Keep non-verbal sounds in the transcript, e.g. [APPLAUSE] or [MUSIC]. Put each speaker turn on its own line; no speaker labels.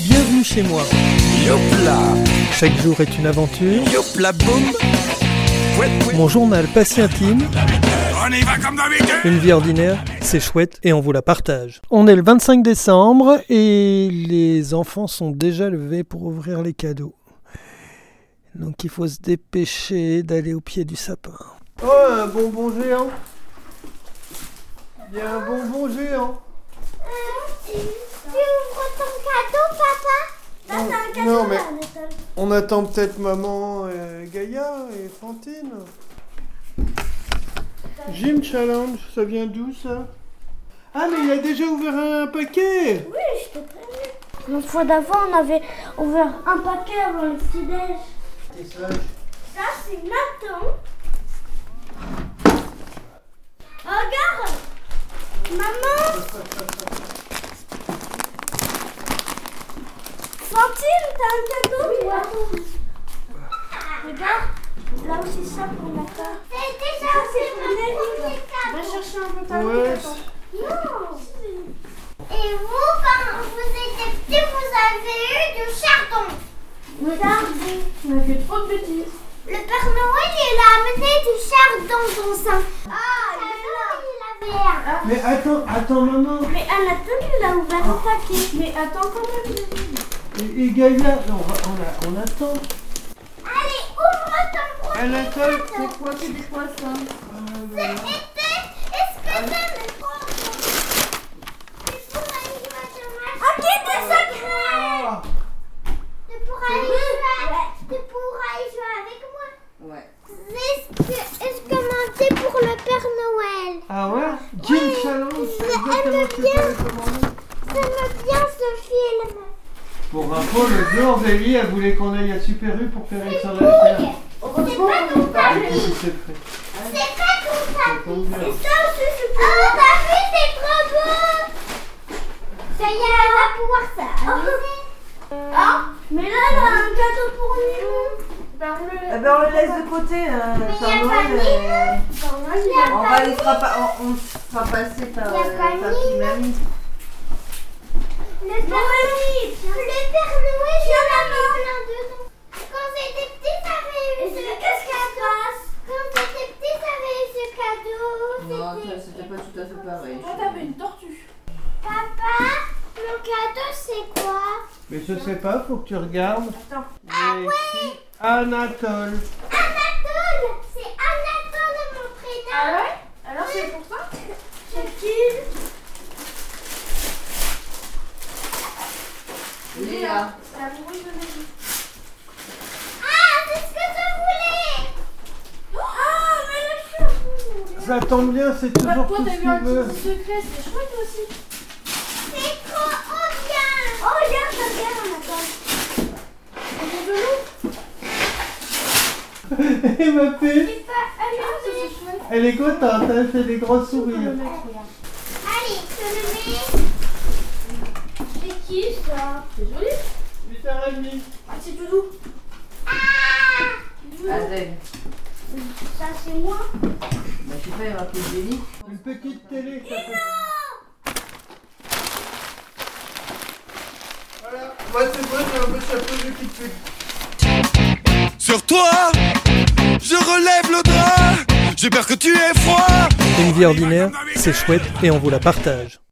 Bienvenue chez moi.
Yopla,
Chaque jour est une aventure.
yopla boum. Pouet, pouet.
Mon journal pas si intime.
On y va comme d'habitude.
Une vie ordinaire, c'est chouette et on vous la partage. On est le 25 décembre et les enfants sont déjà levés pour ouvrir les cadeaux. Donc il faut se dépêcher d'aller au pied du sapin. Oh, un bonbon géant Il y a un bonbon géant
Tu ouvres ton cadeau, papa Là,
Non,
c'est un
non,
cadeau
mais-
par Nathan.
On attend peut-être maman euh, Gaïa et Fantine. Gym Challenge, ça vient d'où ça Ah mais il a déjà ouvert un paquet
Oui, je t'ai prévenu. L'autre fois d'avant, on avait ouvert un paquet avant le petit-déj. Ça, c'est Nathan. Regarde Maman Fantine, t'as un cadeau, toi Regarde, là aussi, ça pour Nathan. Ça, c'est pour Nathan. Va chercher un peu ta
Ouais,
vie, Nathan. Non et vous, quand vous étiez petit, vous avez eu du chardon. Regardez, on a fait trop de bêtises. Le Père Noël, il a amené du chardon dans son sein. Ah, il avait un.
Mais attends, attends maman
Mais Anatole, il a ouvert un paquet. Mais attends quand même.
Et, et Gaïa, on, va- on, a- on attend.
Allez, ouvre ton prochain
Anatole,
cadeau.
quoi C'est des poissons.
C'est été. Est-ce que t'aimes le poisson C'est pour animation. Ok, t'es
Oh,
sacré. Tu pourras y jouer, tu pourras y jouer avec moi.
Ouais.
Est-ce que, est-ce que Manté pour le Père Noël
Ah ouais Gym Challenge, c'est exactement ce que j'avais commandé.
J'aime bien ce film.
Pour info, le jour, Zélie, elle voulait qu'on aille à Super U pour faire une salade à terre.
C'est pas ton
Oui,
papy.
c'est prêt.
C'est pas ton papy.
tombe bien.
Et ça aussi, c'est pour Oh, t'as vu, c'est trop beau. Ça y est, elle va pouvoir s'amuser. Oh, mais là, elle a un cadeau pour nous.
Eh ben on le laisse de côté. euh,
Mais
Père
y a
Noël,
pas
euh,
Il y a
on
pas
va les fera pas- on, on se fera passer par
Y a
euh,
pas
papy,
Nino.
mamie.
Le Père Noël, le Père Noël, il y en a plein dedans. Quand j'étais petite, t'avais eu ce cadeau. Qu'est-ce qu'elle passe Quand j'étais petite, t'avais eu ce
Non,
cadeau.
ça,
C'était-
c'était pas tout à fait pareil.
Papa, mon cadeau, c'est quoi
Mais je sais pas, faut que tu regardes.
Attends.
Ah ouais Anatole.
Anatole C'est Anatole, mon prénom. Ah ouais Alors c'est pour toi C'est qui
Léa.
Ah, c'est ce que je voulais Ah, mais le chou
Ça tombe bien, c'est toujours tout ce qu'il veut.
secret, c'est chouette aussi.
C'est trop oh, bien Oh, regarde, regarde, Anatole.
[LAUGHS] Et ma fille,
C'est pas Anatole.
elle est contente, elle fait des gros sourires.
Allez, je le mets.
C'est qui ça C'est joli.
8h30.
Ah, c'est Doudou.
Ah
Adèle.
Ça, c'est moi.
Bah, je sais pas, il va plus de lit.
Une petite télé. ça fait- Voilà. Moi, c'est moi, j'ai un peu de chapeau, je quitte plus.
Sur toi, je relève le drap. J'ai peur que tu aies froid.
Une vie ordinaire, c'est chouette et on vous la partage.